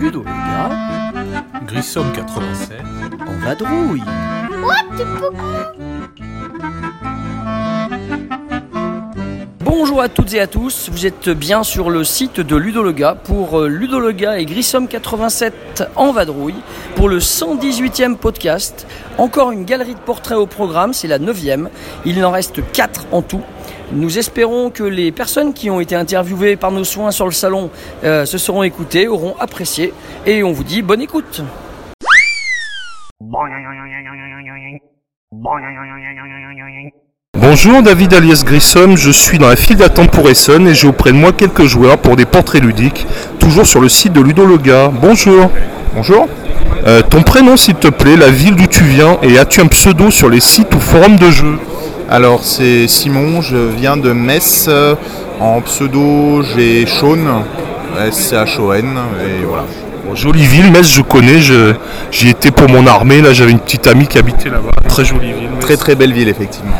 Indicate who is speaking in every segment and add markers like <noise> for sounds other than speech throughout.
Speaker 1: Ludo Vega
Speaker 2: Grissom 87.
Speaker 1: en vadrouille.
Speaker 3: Bonjour à toutes et à tous, vous êtes bien sur le site de Ludologa pour euh, Ludologa et Grissom87 en vadrouille pour le 118e podcast. Encore une galerie de portraits au programme, c'est la 9e, il en reste 4 en tout. Nous espérons que les personnes qui ont été interviewées par nos soins sur le salon euh, se seront écoutées, auront apprécié et on vous dit bonne écoute.
Speaker 4: Bonjour David alias Grissom, je suis dans la file d'attente pour Essen et j'ai auprès de moi quelques joueurs pour des portraits ludiques, toujours sur le site de Ludologa. Bonjour. Bonjour. ton prénom s'il te plaît, la ville d'où tu viens et as-tu un pseudo sur les sites ou forums de jeux
Speaker 5: Alors c'est Simon, je viens de Metz. Euh, En pseudo, j'ai Sean, S-H-O-N, et voilà.
Speaker 4: Bon, Jolie ville, Metz je connais, je- j'y étais pour mon armée, là j'avais une petite amie qui habitait là-bas. Très jolie ville. Metz.
Speaker 5: Très très belle ville effectivement.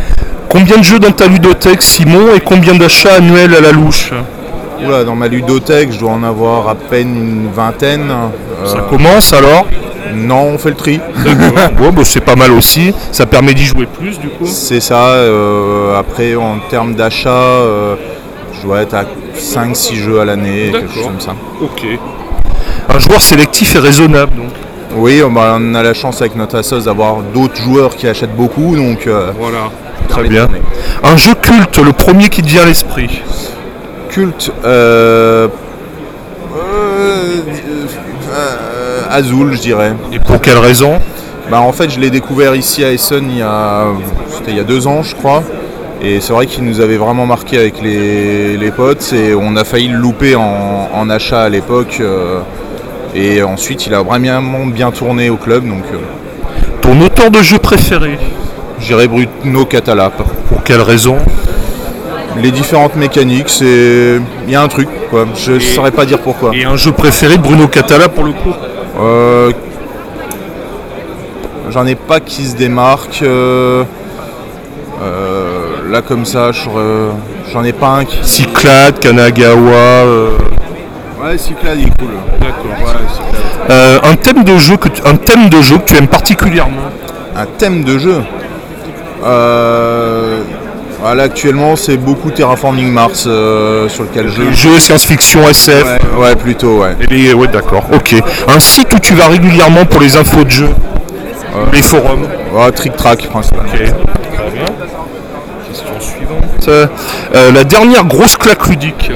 Speaker 4: Combien de jeux dans ta ludothèque Simon et combien d'achats annuels à la louche
Speaker 5: Oula, dans ma ludothèque, je dois en avoir à peine une vingtaine. Euh,
Speaker 4: Ça commence alors
Speaker 5: non, on fait le tri. <laughs>
Speaker 4: Bon, bah, c'est pas mal aussi, ça permet d'y jouer plus du coup.
Speaker 5: C'est ça. euh, après, en termes d'achat, euh, je dois être à 5-6 jeux à l'année, quelque chose
Speaker 4: D'accord.
Speaker 5: comme ça.
Speaker 4: Ok. Un joueur sélectif et raisonnable donc.
Speaker 5: Oui, on bah, on a la chance avec notre assos d'avoir d'autres joueurs qui achètent beaucoup, donc euh,
Speaker 4: Voilà.
Speaker 5: ça
Speaker 4: Très
Speaker 5: permet de
Speaker 4: bien.
Speaker 5: tourner.
Speaker 4: Un jeu culte, le premier qui te vient à l'esprit.
Speaker 5: Culte, euh, euh, euh, Azul, je dirais.
Speaker 4: Et pour quelle raison
Speaker 5: Bah, en fait, je l'ai découvert ici à Essen il y a, c'était il y a deux ans, je crois. Et c'est vrai qu'il nous avait vraiment marqué avec les, les potes. Et on a failli le louper en, en achat à l'époque. euh, et ensuite, il a vraiment bien tourné au club. Donc, euh,
Speaker 4: Ton auteur de jeu préféré
Speaker 5: je dirais Bruno Catala.
Speaker 4: Pour quelle raison
Speaker 5: Les différentes mécaniques, c'est. Il y a un truc, quoi. Je ne saurais pas dire pourquoi.
Speaker 4: Et un jeu préféré de Bruno Catala pour le coup
Speaker 5: Euh, J'en ai pas qui se démarquent. euh, euh, là comme ça, je saurais- j'en ai pas un qui.
Speaker 4: Cyclade, Kanagawa. euh,
Speaker 5: Ouais, Cyclade il est cool.
Speaker 4: euh, un, thème de jeu que tu- un thème de jeu que tu aimes particulièrement
Speaker 5: Un thème de jeu. Euh, voilà, actuellement c'est beaucoup Terraforming Mars euh, sur lequel je.
Speaker 4: Le jeu science-fiction, SF.
Speaker 5: Ouais, ouais, plutôt ouais.
Speaker 4: Et les- ouais, d'accord, ok. Un site où tu vas régulièrement pour les infos de jeu Euh, Les forums.
Speaker 5: Ouais, Trick Track principalement.
Speaker 4: Euh, euh, la dernière grosse claque ludique.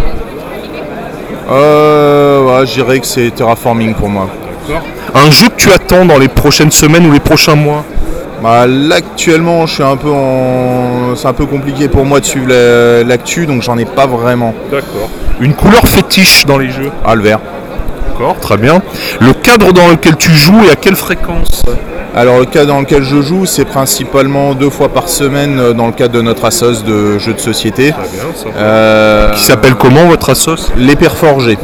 Speaker 5: Euh, ouais, je dirais que c'est Terraforming pour moi.
Speaker 4: Un jeu que tu attends dans les prochaines semaines ou les prochains mois.
Speaker 5: Bah, là, actuellement, je suis un peu en. C'est un peu compliqué pour moi de suivre la- l'actu, donc j'en ai pas vraiment.
Speaker 4: Une couleur fétiche dans les jeux.
Speaker 5: Ah, le vert.
Speaker 4: D'accord, très bien. Le cadre dans lequel tu joues et à quelle fréquence
Speaker 5: Alors, le cas dans lequel je joue, c'est principalement deux fois par semaine euh, dans le cadre de notre assos de jeux de société.
Speaker 4: Ah,
Speaker 5: Euh,
Speaker 4: Qui s'appelle comment votre assos
Speaker 5: Les Pères Forgés.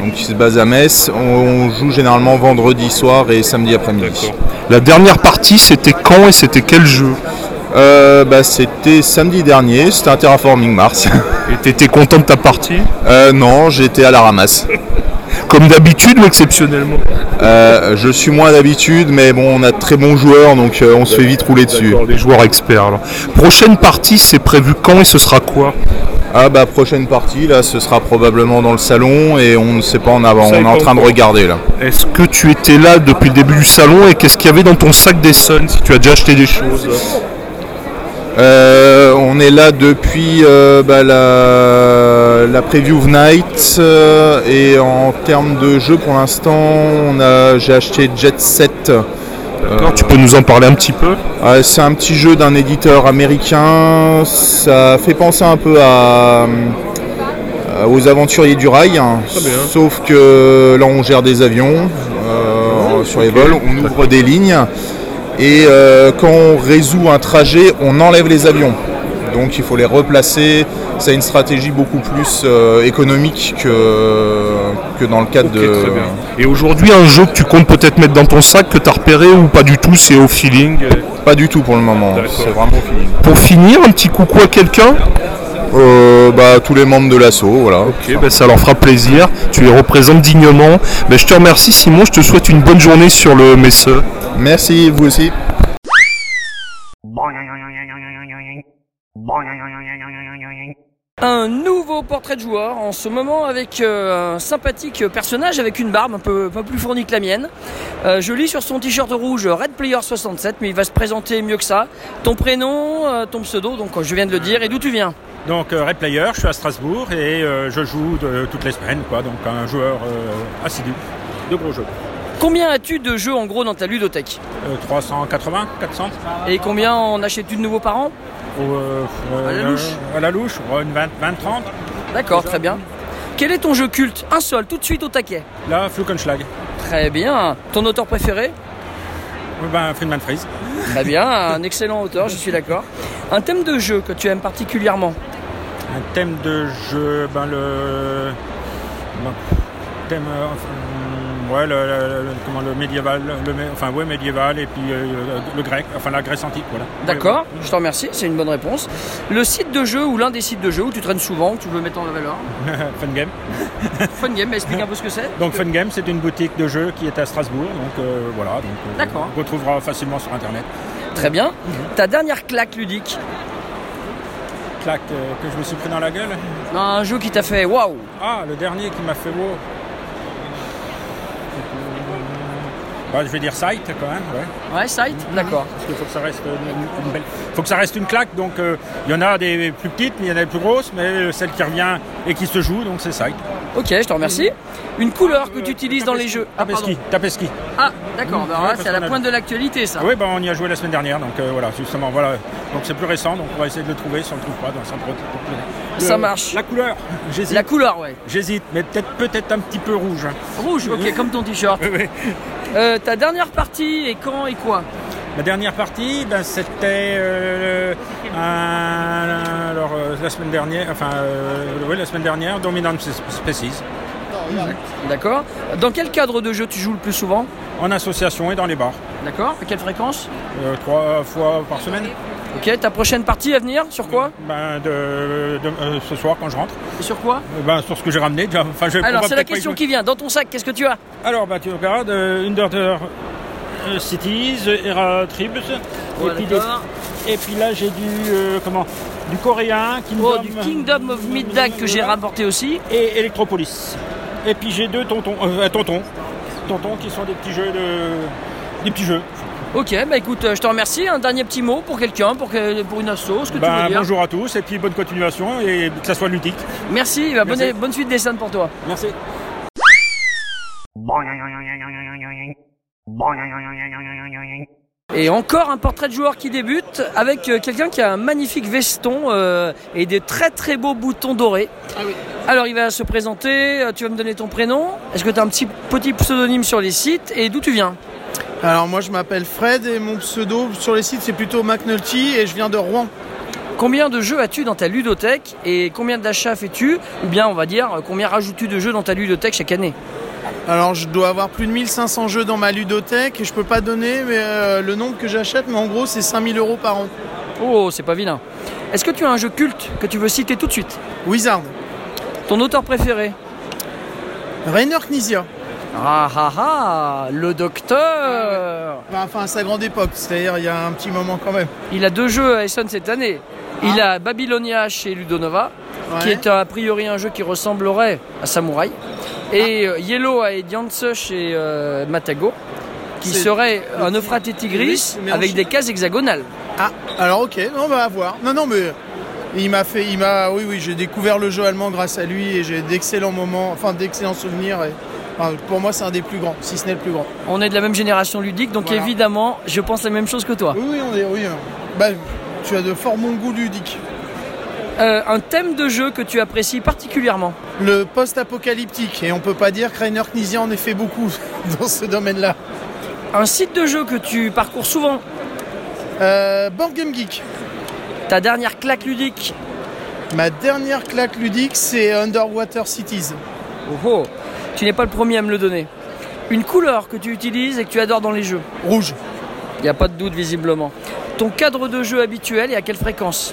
Speaker 5: Donc, qui se base à Metz. On, on joue généralement vendredi soir et samedi après-midi.
Speaker 4: La dernière partie, c'était quand et c'était quel jeu
Speaker 5: Euh, bah, c'était samedi dernier, c'était un Terraforming Mars. <laughs>
Speaker 4: Et t'étais content de ta partie
Speaker 5: Euh, non, j'étais à la ramasse.
Speaker 4: Comme d'habitude ou exceptionnellement
Speaker 5: Euh, je suis moins d'habitude, mais bon, on a de très bons joueurs, donc euh, on se fait vite rouler dessus.
Speaker 4: D'accord, Les joueurs experts. alors. Prochaine partie, c'est prévu quand et ce sera quoi
Speaker 5: Ah bah prochaine partie, là, ce sera probablement dans le salon et on ne sait pas en avant.
Speaker 4: savez
Speaker 5: On est
Speaker 4: pas
Speaker 5: en train de
Speaker 4: encore.
Speaker 5: regarder là.
Speaker 4: Est-ce que tu étais là depuis le début du salon et qu'est-ce qu'il y avait dans ton sac des Suns si tu as déjà acheté des choses
Speaker 5: Euh, on est là depuis euh, bah, la, la preview of night euh, et en termes de jeu pour l'instant, on a j'ai acheté Jet Set.
Speaker 4: D'accord, Tu peux nous en parler un petit peu
Speaker 5: Euh, c'est un petit jeu d'un éditeur américain. Ça fait penser un peu à, euh, aux aventuriers du rail. hein. Sauf que là, on gère des avions euh, sur les vols, on ouvre des lignes. Et euh, quand on résout un trajet, on enlève les avions. Donc il faut les replacer ça a une stratégie beaucoup plus euh, économique que, que dans le cadre
Speaker 2: Ok,
Speaker 5: de.
Speaker 2: très bien.
Speaker 4: euh, Et aujourd'hui, un jeu que tu comptes peut-être mettre dans ton sac, que tu as repéré ou pas du tout, c'est au feeling.
Speaker 5: Pas du tout pour le moment.
Speaker 4: D'accord.
Speaker 5: C'est vraiment au feeling.
Speaker 4: Pour finir, un petit coucou à quelqu'un
Speaker 5: Euh, bah, tous les membres de l'assaut, voilà.
Speaker 4: Ok, ben, ça leur fera plaisir. Tu les représentes dignement. Ben, je te remercie, Simon. Je te souhaite une bonne journée sur le Messe.
Speaker 5: Merci, vous aussi.
Speaker 3: Un nouveau portrait de joueur en ce moment avec euh, un sympathique personnage avec une barbe un peu, un peu plus fournie que la mienne. Euh, je lis sur son t-shirt rouge Red Player 67, mais il va se présenter mieux que ça. Ton prénom, euh, ton pseudo, donc euh, je viens de le dire, et d'où tu viens
Speaker 6: Donc euh, Red Player, je suis à Strasbourg et euh, je joue de- toutes les semaines, quoi, donc un joueur euh, assidu de gros jeux.
Speaker 3: Combien as-tu de jeux en gros dans ta ludothèque
Speaker 6: Euh, 380, 400
Speaker 3: Et combien en achètes-tu de nouveaux par an
Speaker 6: Ou, euh, euh,
Speaker 3: À la louche.
Speaker 6: à la louche, ou une 20, 20, 30.
Speaker 3: D'accord, très bien. Quel est ton jeu culte Un seul, tout de suite au taquet.
Speaker 6: Là, Flukenschlag.
Speaker 3: Très bien. Ton auteur préféré
Speaker 6: Euh, Ben, Friedman Freeze.
Speaker 3: Très bien, un excellent auteur, je suis d'accord. Un thème de jeu que tu aimes particulièrement
Speaker 6: Un thème de jeu, ben le... ben, thème... euh, enfin, ouais, le, le- le- comment, le médiéval, le, mé- enfin ouais, médiéval et puis euh, le grec, enfin la Grèce antique, voilà.
Speaker 3: D'accord, je te remercie, c'est une bonne réponse. Le site de jeu ou l'un des sites de jeu où tu traînes souvent, que tu veux mettre en valeur
Speaker 6: <laughs> Fun game.
Speaker 3: Fun Game, explique un peu ce que c'est.
Speaker 6: Donc Fun Game, c'est une boutique de jeux qui est à Strasbourg. Donc euh, voilà, donc, euh,
Speaker 3: D'accord.
Speaker 6: on retrouvera facilement sur Internet.
Speaker 3: Très bien. Mhm. Ta dernière claque ludique,
Speaker 6: Clac, euh, que je me suis pris dans la gueule.
Speaker 3: un jeu qui t'a fait waouh
Speaker 6: Ah, le dernier qui m'a fait wow. Bah, je vais dire site quand même, ouais.
Speaker 3: Ouais, site
Speaker 6: Mhm.
Speaker 3: Mhm. D'accord.
Speaker 6: Parce qu'il faut que ça reste une, une belle. Faut que ça reste une claque, donc euh, il y en a des plus petites, mais il y en a des plus grosses, mais euh, celle qui revient et qui se joue, donc c'est site.
Speaker 3: Ok, je te remercie.
Speaker 6: Mhm.
Speaker 3: Une couleur que tu utilises dans les jeux. Ah, pardon.
Speaker 6: Tapeski, Tapeski.
Speaker 3: Ah, d'accord, bah,
Speaker 6: Mhm. Ouais,
Speaker 3: voilà,
Speaker 6: parce
Speaker 3: c'est à
Speaker 6: qu'on
Speaker 3: la
Speaker 6: a-
Speaker 3: pointe de l'actualité ça.
Speaker 6: Oui, bah, on y a joué la semaine dernière, donc euh, voilà, justement, voilà. Donc c'est plus récent, donc on va essayer de le trouver. Si on le trouve pas, donc ça me-
Speaker 3: Ça marche.
Speaker 6: La couleur, j'hésite.
Speaker 3: La couleur, ouais.
Speaker 6: J'hésite, mais peut-être peut-être un petit peu rouge. hein.
Speaker 3: Rouge, ok, comme ton t-shirt.
Speaker 6: oui.
Speaker 3: Euh, ta dernière partie et quand et quoi
Speaker 6: La dernière partie, ben, c'était euh, un- alors, euh, la semaine dernière, enfin, euh, oui, la semaine dernière, Dominant Spe- Species,
Speaker 3: D'accord. Dans quel cadre de jeu tu joues le plus souvent
Speaker 6: en association et dans les bars,
Speaker 3: D'accord. À quelle fréquence
Speaker 6: Euh, trois fois par semaine.
Speaker 3: Ok, ta prochaine partie à venir, sur quoi
Speaker 6: Ben, de, de- euh, ce soir quand je rentre,
Speaker 3: Et sur quoi
Speaker 6: Euh, ben, sur ce que j'ai ramené. déjà. Enfin, je, on
Speaker 3: Alors,
Speaker 6: va
Speaker 3: c'est la
Speaker 6: peut-être pas y
Speaker 3: question
Speaker 6: jouer.
Speaker 3: qui vient. Dans ton sac, qu'est-ce que tu as
Speaker 6: Alors, bah, tu regardes euh, Underwater euh, Cities, euh, Era Tribes,
Speaker 3: Oh,
Speaker 6: et, puis des-
Speaker 3: d'accord.
Speaker 6: et puis là j'ai du euh, comment Du coréen, Kingdom,
Speaker 3: Oh, du Kingdom of Middag que j'ai rapporté aussi.
Speaker 6: et Electropolis. Et puis j'ai deux tontons, euh, tontons, tontons qui sont des petits jeux de, des petits jeux.
Speaker 3: Ok, bah écoute, euh, je te remercie. Un dernier petit mot pour quelqu'un, pour, que- pour une asso, ce que tu
Speaker 6: Ben,
Speaker 3: veux dire.
Speaker 6: bonjour à tous et puis bonne continuation et que ça soit ludique.
Speaker 3: Merci, bah, bonne,
Speaker 6: Merci.
Speaker 3: bonne suite des scènes pour toi.
Speaker 6: Merci.
Speaker 3: Et encore un portrait de joueur qui débute avec euh, quelqu'un qui a un magnifique veston euh, et des très très beaux boutons dorés. Alors il va se présenter, euh, tu vas me donner ton prénom, est-ce que tu as un petit, petit pseudonyme sur les sites et d'où tu viens
Speaker 7: Alors moi je m'appelle Fred et mon pseudo sur les sites c'est plutôt McNulty et je viens de Rouen.
Speaker 3: Combien de jeux as-tu dans ta ludothèque et combien d'achats fais-tu Ou bien on va dire euh, combien rajoutes-tu de jeux dans ta ludothèque chaque année
Speaker 7: Alors je dois avoir plus de 1500 jeux dans ma ludothèque et je peux pas donner mais, euh, le nombre que j'achète mais en gros c'est 5000 euros par an.
Speaker 3: Oh c'est pas vilain. Est-ce que tu as un jeu culte que tu veux citer tout de suite
Speaker 7: Wizard.
Speaker 3: Ton auteur préféré
Speaker 7: Rainer Knizia.
Speaker 3: Ah ah ah Le docteur
Speaker 7: Bah, Enfin à sa grande époque, c'est-à-dire il y a un petit moment quand même.
Speaker 3: Il a deux jeux à Essen cette année. Il a Babylonia chez Ludonova,
Speaker 7: Ah. Ouais.
Speaker 3: qui est a priori un jeu qui ressemblerait à Samouraï.
Speaker 7: Ah.
Speaker 3: Et euh, Yellow à Edianze chez euh, Matago, qui
Speaker 7: C'est-
Speaker 3: serait un Euphrates et Tigris
Speaker 7: Tigris, mais en
Speaker 3: avec
Speaker 7: Chine.
Speaker 3: des cases hexagonales.
Speaker 7: Ah alors ok, on va voir. Non non mais il m'a fait, il m'a, oui oui j'ai découvert le jeu allemand grâce à lui et j'ai d'excellents moments, enfin d'excellents souvenirs et enfin, pour moi c'est un des plus grands, si ce n'est le plus grand.
Speaker 3: On est de la même génération ludique, donc
Speaker 7: Voilà.
Speaker 3: évidemment, je pense la même chose que toi.
Speaker 7: Oui, oui, on est. Oui, euh, bah, tu as de fort bons goûts ludiques.
Speaker 3: Euh, un thème de jeu que tu apprécies particulièrement
Speaker 7: Le post-apocalyptique, et on peut pas dire que Rainer Knizia en ait fait beaucoup <laughs> dans ce domaine-là.
Speaker 3: Un site de jeu que tu parcours souvent
Speaker 7: Euh, Board Game Geek.
Speaker 3: Ta dernière claque ludique
Speaker 7: Ma dernière claque ludique, c'est Underwater Cities.
Speaker 3: Oh oh, tu n'es pas le premier à me le donner. Une couleur que tu utilises et que tu adores dans les jeux.
Speaker 7: Rouge.
Speaker 3: Il n'y a pas de doute visiblement. Ton cadre de jeu habituel et à quelle fréquence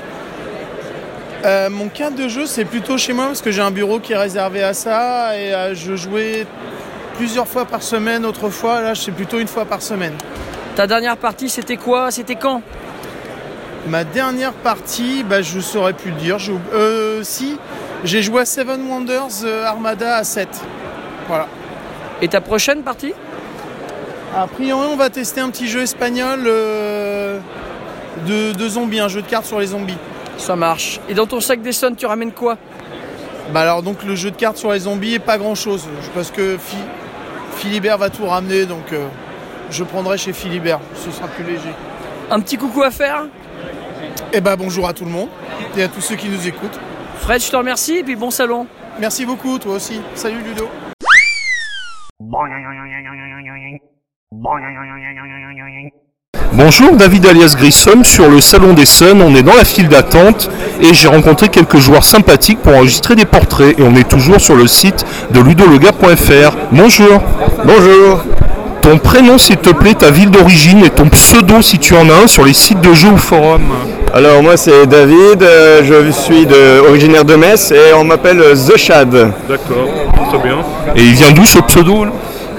Speaker 7: Euh, mon cadre de jeu, c'est plutôt chez moi parce que j'ai un bureau qui est réservé à ça et euh, je jouais plusieurs fois par semaine autrefois. Là, c'est plutôt une fois par semaine.
Speaker 3: Ta dernière partie, c'était quoi C'était quand
Speaker 7: Ma dernière partie, bah, je saurais plus le dire. j'ai oub- Euh, si, j'ai joué à Seven Wonders euh, Armada à 7. Voilà.
Speaker 3: Et ta prochaine partie
Speaker 7: A priori, on va tester un petit jeu espagnol euh, de, de zombies, un jeu de cartes sur les zombies.
Speaker 3: Ça marche. Et dans ton sac d'Essonne, tu ramènes quoi
Speaker 7: Bah alors donc le jeu de cartes sur les zombies est pas grand chose parce que Phi- Philibert va tout ramener donc euh, je prendrai chez Philibert, ce sera plus léger.
Speaker 3: Un petit coucou à faire
Speaker 7: Et bah bonjour à tout le monde et à tous ceux qui nous écoutent.
Speaker 3: Fred, je te remercie et puis bon salon.
Speaker 7: Merci beaucoup toi aussi. Salut Ludo.
Speaker 4: Bonjour David alias Grissom sur le Salon des Suns, on est dans la file d'attente et j'ai rencontré quelques joueurs sympathiques pour enregistrer des portraits et on est toujours sur le site de ludologa.fr. Bonjour. Bonjour. Ton prénom s'il te plaît, ta ville d'origine et ton pseudo si tu en as un sur les sites de jeux ou forums.
Speaker 8: Alors moi c'est David, euh, je suis de- originaire de Metz et on m'appelle euh, The Shad.
Speaker 4: D'accord, très bien. Et il vient d'où ce pseudo là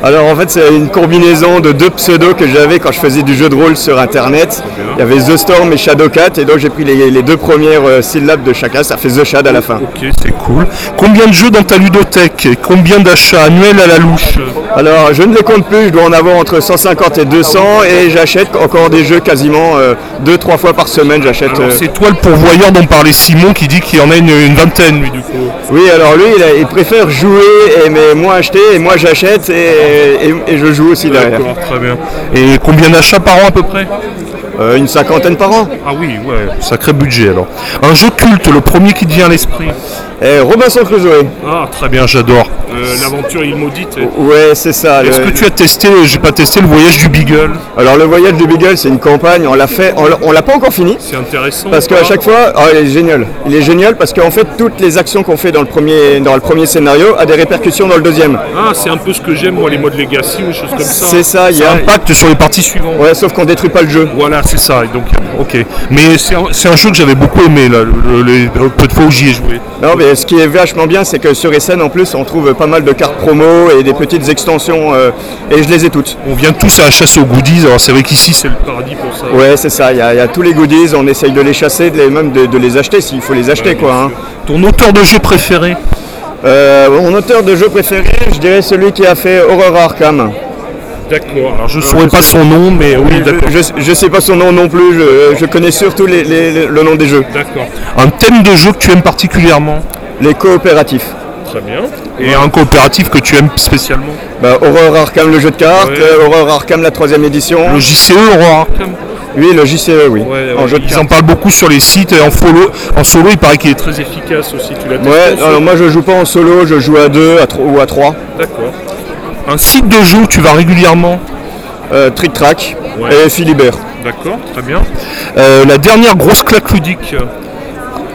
Speaker 8: Alors en fait c'est une combinaison de deux pseudos que j'avais quand je faisais du jeu de rôle sur internet. Il y avait The Storm et Shadowcat et donc j'ai pris les, les deux premières euh, syllabes de chacun, ça fait The Shad à la fin.
Speaker 4: Ok, c'est cool. Combien de jeux dans ta ludothèque et Combien d'achats annuels à la louche
Speaker 8: Euh, Alors je ne les compte plus, je dois en avoir entre 150 et 200 et j'achète encore des jeux quasiment euh, 2-3 fois par semaine j'achète.
Speaker 4: Alors,
Speaker 8: euh,
Speaker 4: C'est toi le pourvoyeur dont parlait Simon qui dit qu'il en a une, une vingtaine lui du coup.
Speaker 8: Oui, alors lui, il, a- il préfère jouer, et, mais moi acheter, et moi j'achète, et, et- et je joue aussi derrière.
Speaker 4: D'accord, très bien. Et combien d'achats par an à peu près
Speaker 8: Euh, une cinquantaine par an.
Speaker 4: Ah oui, ouais. Sacré budget alors. Un jeu culte, le premier qui te vient à l'esprit.
Speaker 8: Et Euh, Robinson Crusoe.
Speaker 4: Ah, très bien, j'adore.
Speaker 9: L'aventure île maudite.
Speaker 8: Ouais, c'est ça.
Speaker 4: Est-ce
Speaker 8: le-
Speaker 4: que tu as testé, j'ai pas testé le voyage du Beagle
Speaker 8: Alors le voyage du Beagle, c'est une campagne, on l'a fait, on l'a- on l'a pas encore fini.
Speaker 9: C'est intéressant.
Speaker 8: Parce
Speaker 4: hein,
Speaker 8: qu'à chaque fois, ah, il est génial. Il est génial parce qu'en fait, toutes les actions qu'on fait dans le premier, dans le premier scénario a des répercussions dans le deuxième.
Speaker 9: Ah, c'est un peu ce que j'aime, moi, les modes Legacy ou des choses comme ça.
Speaker 8: C'est ça, il y a.
Speaker 4: Impact sur les parties suivantes.
Speaker 8: Ouais, sauf qu'on détruit pas le jeu.
Speaker 4: Voilà, c'est ça. et Donc, ok. Mais c'est un, c'est un jeu que j'avais beaucoup aimé, là, le- le- les peu de fois où j'y ai joué.
Speaker 8: Non, mais ce qui est vachement bien, c'est que sur Essen, en plus, on trouve pas mal de cartes promo et des petites extensions, euh, et je les ai toutes.
Speaker 4: On vient tous à la chasse aux goodies, alors c'est vrai qu'ici c'est le paradis pour ça.
Speaker 8: Ouais, c'est ça, il y, a il y a tous les goodies, on essaye de les chasser, de les, même de, de les acheter s'il faut les acheter, quoi. hein.
Speaker 4: Ton auteur de jeu préféré
Speaker 8: Euh, mon auteur de jeu préféré, je dirais celui qui a fait Horror Arkham.
Speaker 9: D'accord.
Speaker 4: Alors je
Speaker 8: Euh,
Speaker 4: saurais pas son nom, mais oui, d'accord.
Speaker 8: Je, je sais pas son nom non plus, je, je connais surtout les- les- le nom des jeux,
Speaker 9: D'accord.
Speaker 4: Un thème de jeu que tu aimes particulièrement
Speaker 8: les coopératifs.
Speaker 9: Très bien.
Speaker 4: Et un coopératif que tu aimes spécialement
Speaker 8: Bah, Horror Arkham, le jeu de cartes,
Speaker 9: Ouais.
Speaker 8: euh, Horror Arkham, la troisième édition.
Speaker 4: Le E, JCE Aurora.
Speaker 8: Oui, le JCE, oui,
Speaker 9: Ouais,
Speaker 8: en
Speaker 9: ouais,
Speaker 8: jeu de
Speaker 9: il-
Speaker 4: Ils
Speaker 8: cartes.
Speaker 4: en parlent beaucoup sur les sites. et En, follow- en solo, il paraît qu'il est très.
Speaker 9: Très efficace aussi, tu l'as dit.
Speaker 8: Ouais, alors moi je joue pas en solo, je joue à deux à trois- ou à trois.
Speaker 9: D'accord.
Speaker 4: Un site de jeu où tu vas régulièrement
Speaker 8: Euh, Trick Track
Speaker 9: Ouais.
Speaker 8: et Philibert.
Speaker 9: D'accord, très bien.
Speaker 4: Euh, La dernière grosse claque ludique. euh,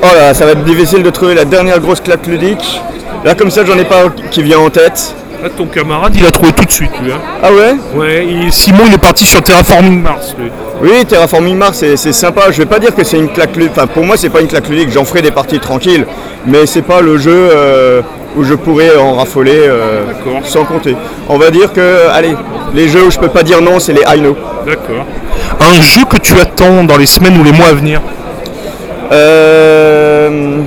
Speaker 8: Oh là, ça va être difficile de trouver la dernière grosse claque ludique. Là, comme ça, j'en ai pas qui vient en tête.
Speaker 9: Ah, ton camarade,
Speaker 4: Il
Speaker 9: il
Speaker 4: a trouvé tout de suite.
Speaker 9: a... lui, hein.
Speaker 8: Ah ouais
Speaker 9: Ouais, il...
Speaker 4: Simon, il est parti sur Terraforming Mars.
Speaker 9: lui.
Speaker 8: Oui, Terraforming Mars, c'est c'est sympa. Je vais pas dire que c'est une claque ludique. Enfin, pour moi, c'est pas une claque ludique. J'en ferai des parties tranquilles. Mais c'est pas le jeu euh, où je pourrais en raffoler euh,
Speaker 9: D'accord.
Speaker 8: sans compter. On va dire que, allez, les jeux où je peux pas dire non, c'est les I know.
Speaker 9: D'accord.
Speaker 4: Un jeu que tu attends dans les semaines ou les mois à venir
Speaker 8: Euh,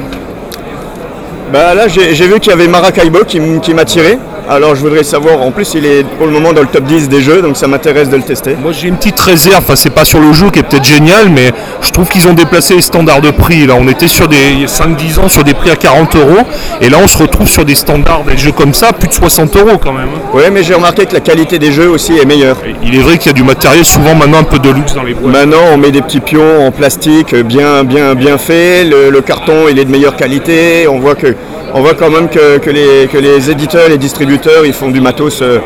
Speaker 8: Bah là, j'ai j'ai vu qu'il y avait Maracaibo qui, m- qui m'a tiré. Alors, je voudrais savoir. En plus, il est pour le moment dans le top 10 des jeux, donc ça m'intéresse de le tester.
Speaker 4: Moi, j'ai une petite réserve. Enfin, c'est pas sur le jeu qui est peut-être génial, mais je trouve qu'ils ont déplacé les standards de prix. Là, on était sur des il y a 5-10 ans sur des prix à 40 euros. Et là, on se retrouve sur des standards des jeux comme ça, à plus de 60 euros quand même. hein.
Speaker 8: Ouais, mais j'ai remarqué que la qualité des jeux aussi est meilleure.
Speaker 4: Et il est vrai qu'il y a du matériel souvent maintenant un peu de luxe dans les boîtes.
Speaker 8: Maintenant, on met des petits pions en plastique euh, bien, bien, bien fait. Le, le carton, il est de meilleure qualité. On voit que, on voit quand même que, que les, que les éditeurs, les distributeurs, ils font du matos euh,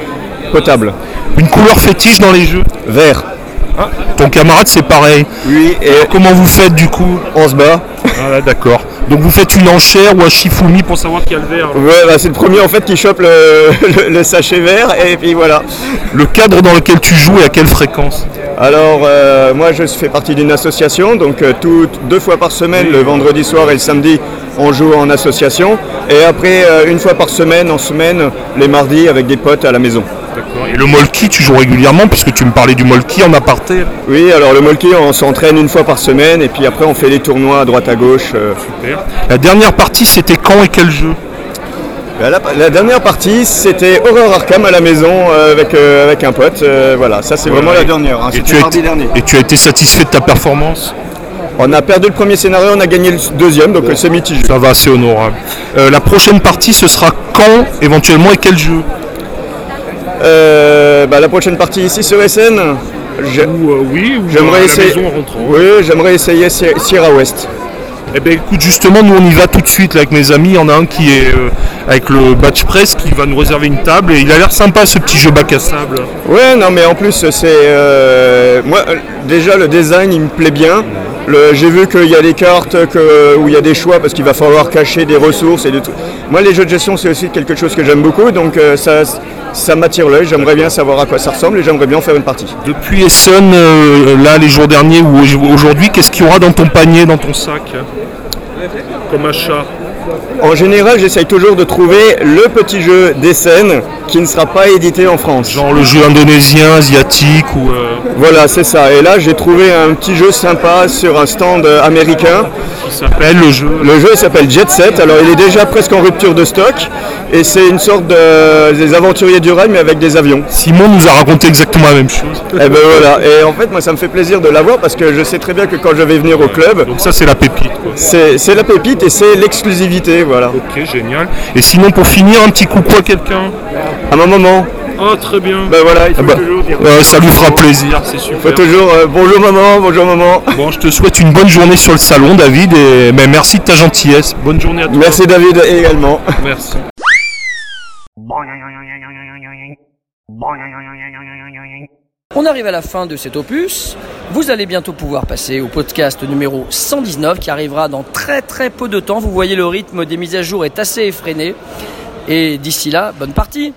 Speaker 8: potable. <laughs>
Speaker 4: Une couleur fétiche dans les jeux Ah,
Speaker 8: Vert.
Speaker 4: Ton camarade, c'est pareil.
Speaker 8: Oui, et
Speaker 4: Comment vous faites du coup
Speaker 8: on se bat.
Speaker 4: Ah, d'accord. Donc vous faites une enchère ou un Shifumi pour savoir qui a le verre.
Speaker 8: Ouais, bah, c'est le premier en fait qui chope le, le- le sachet vert et puis voilà.
Speaker 4: Le cadre dans lequel tu joues et à quelle fréquence
Speaker 8: Alors euh, moi je fais partie d'une association, donc euh, tout- deux fois par semaine, le vendredi soir et le samedi, on joue en association. Et après euh, une fois par semaine, en semaine, les mardis avec des potes à la maison.
Speaker 9: D'accord. Et
Speaker 4: Le Molki, tu joues régulièrement puisque tu me parlais du Molki en aparté.
Speaker 8: Oui, alors le Molki, on s'entraîne une fois par semaine et puis après on fait les tournois à droite à gauche. euh.
Speaker 4: La dernière partie, c'était quand et quel jeu
Speaker 8: Bah, La, la dernière partie, c'était Horror Arkham à la maison euh, avec, euh, avec un pote. euh, voilà, ça c'est vraiment la dernière. hein,
Speaker 4: tu
Speaker 8: C'était
Speaker 4: as
Speaker 8: mardi
Speaker 4: été-
Speaker 8: dernier.
Speaker 4: Et tu as été satisfait de ta performance
Speaker 8: On a perdu le premier scénario, on a gagné le deuxième, donc euh, c'est mitigé.
Speaker 4: Ça va, c'est honorable. Euh, la prochaine partie, ce sera quand éventuellement et quel jeu
Speaker 8: Euh, bah, la prochaine partie ici sur SN, je-
Speaker 9: Ou, euh, oui, ou à
Speaker 8: j'aimerais
Speaker 9: la
Speaker 8: essayer.
Speaker 9: maison en rentrant.
Speaker 8: Oui, j'aimerais essayer Sierra Sierra West.
Speaker 4: Eh bien écoute, justement, nous on y va tout de suite là, avec mes amis. Il y en a un qui est euh, avec le Batch Press qui va nous réserver une table et il a l'air sympa ce petit jeu bac à sable.
Speaker 8: Ouais, non, mais en plus, c'est. euh, moi, euh, déjà, le design, il me plaît bien. Le- J'ai vu qu'il y a des cartes que- où il y a des choix parce qu'il va falloir cacher des ressources et des trucs. Moi, les jeux de gestion, c'est aussi quelque chose que j'aime beaucoup, donc euh, ça, ça m'attire l'œil. J'aimerais bien savoir à quoi ça ressemble et j'aimerais bien en faire une partie.
Speaker 4: Depuis Essen, euh, là les jours derniers ou au- aujourd'hui, qu'est-ce qu'il y aura dans ton panier, dans ton
Speaker 9: Ton sac. Comme un chat.
Speaker 8: En général, j'essaye toujours de trouver le petit jeu des scènes qui ne sera pas édité en France.
Speaker 4: genre le jeu indonésien, asiatique ou euh,
Speaker 8: Voilà, c'est ça. Et là, j'ai trouvé un petit jeu sympa sur un stand euh, américain.
Speaker 9: Qui s'appelle
Speaker 4: appelle le jeu
Speaker 8: Le jeu s'appelle Jet Set. Alors, il est déjà presque en rupture de stock. Et c'est une sorte de, Euh, des aventuriers du rail, mais avec des avions.
Speaker 4: Simon nous a raconté exactement la même chose.
Speaker 8: Et ben voilà. Et en fait, moi, ça me fait plaisir de l'avoir parce que euh, je sais très bien que quand je vais venir au club,
Speaker 4: Donc ça c'est la pépite. quoi.
Speaker 8: c'est c'est la pépite et c'est l'exclusivité. Voilà.
Speaker 9: Ok, génial.
Speaker 4: Et sinon pour finir, un petit coucou à quelqu'un.
Speaker 8: À mon moment,
Speaker 9: Ah, très bien.
Speaker 8: ben voilà, il faut,
Speaker 4: Ah bah,
Speaker 8: toujours, dire- Oh,
Speaker 4: euh, ça lui fera plaisir.
Speaker 9: C'est
Speaker 8: faut
Speaker 9: super.
Speaker 8: toujours, euh, bonjour maman, bonjour maman.
Speaker 4: Bon, je te souhaite une bonne journée sur le salon, David, et ben, merci de ta gentillesse.
Speaker 9: Bonne journée à toi.
Speaker 8: Merci David également.
Speaker 9: Merci.
Speaker 3: On arrive à la fin de cet opus. Vous allez bientôt pouvoir passer au podcast numéro 119 qui arrivera dans très très peu de temps. Vous voyez le rythme des mises à jour est assez effréné. Et d'ici là, bonne partie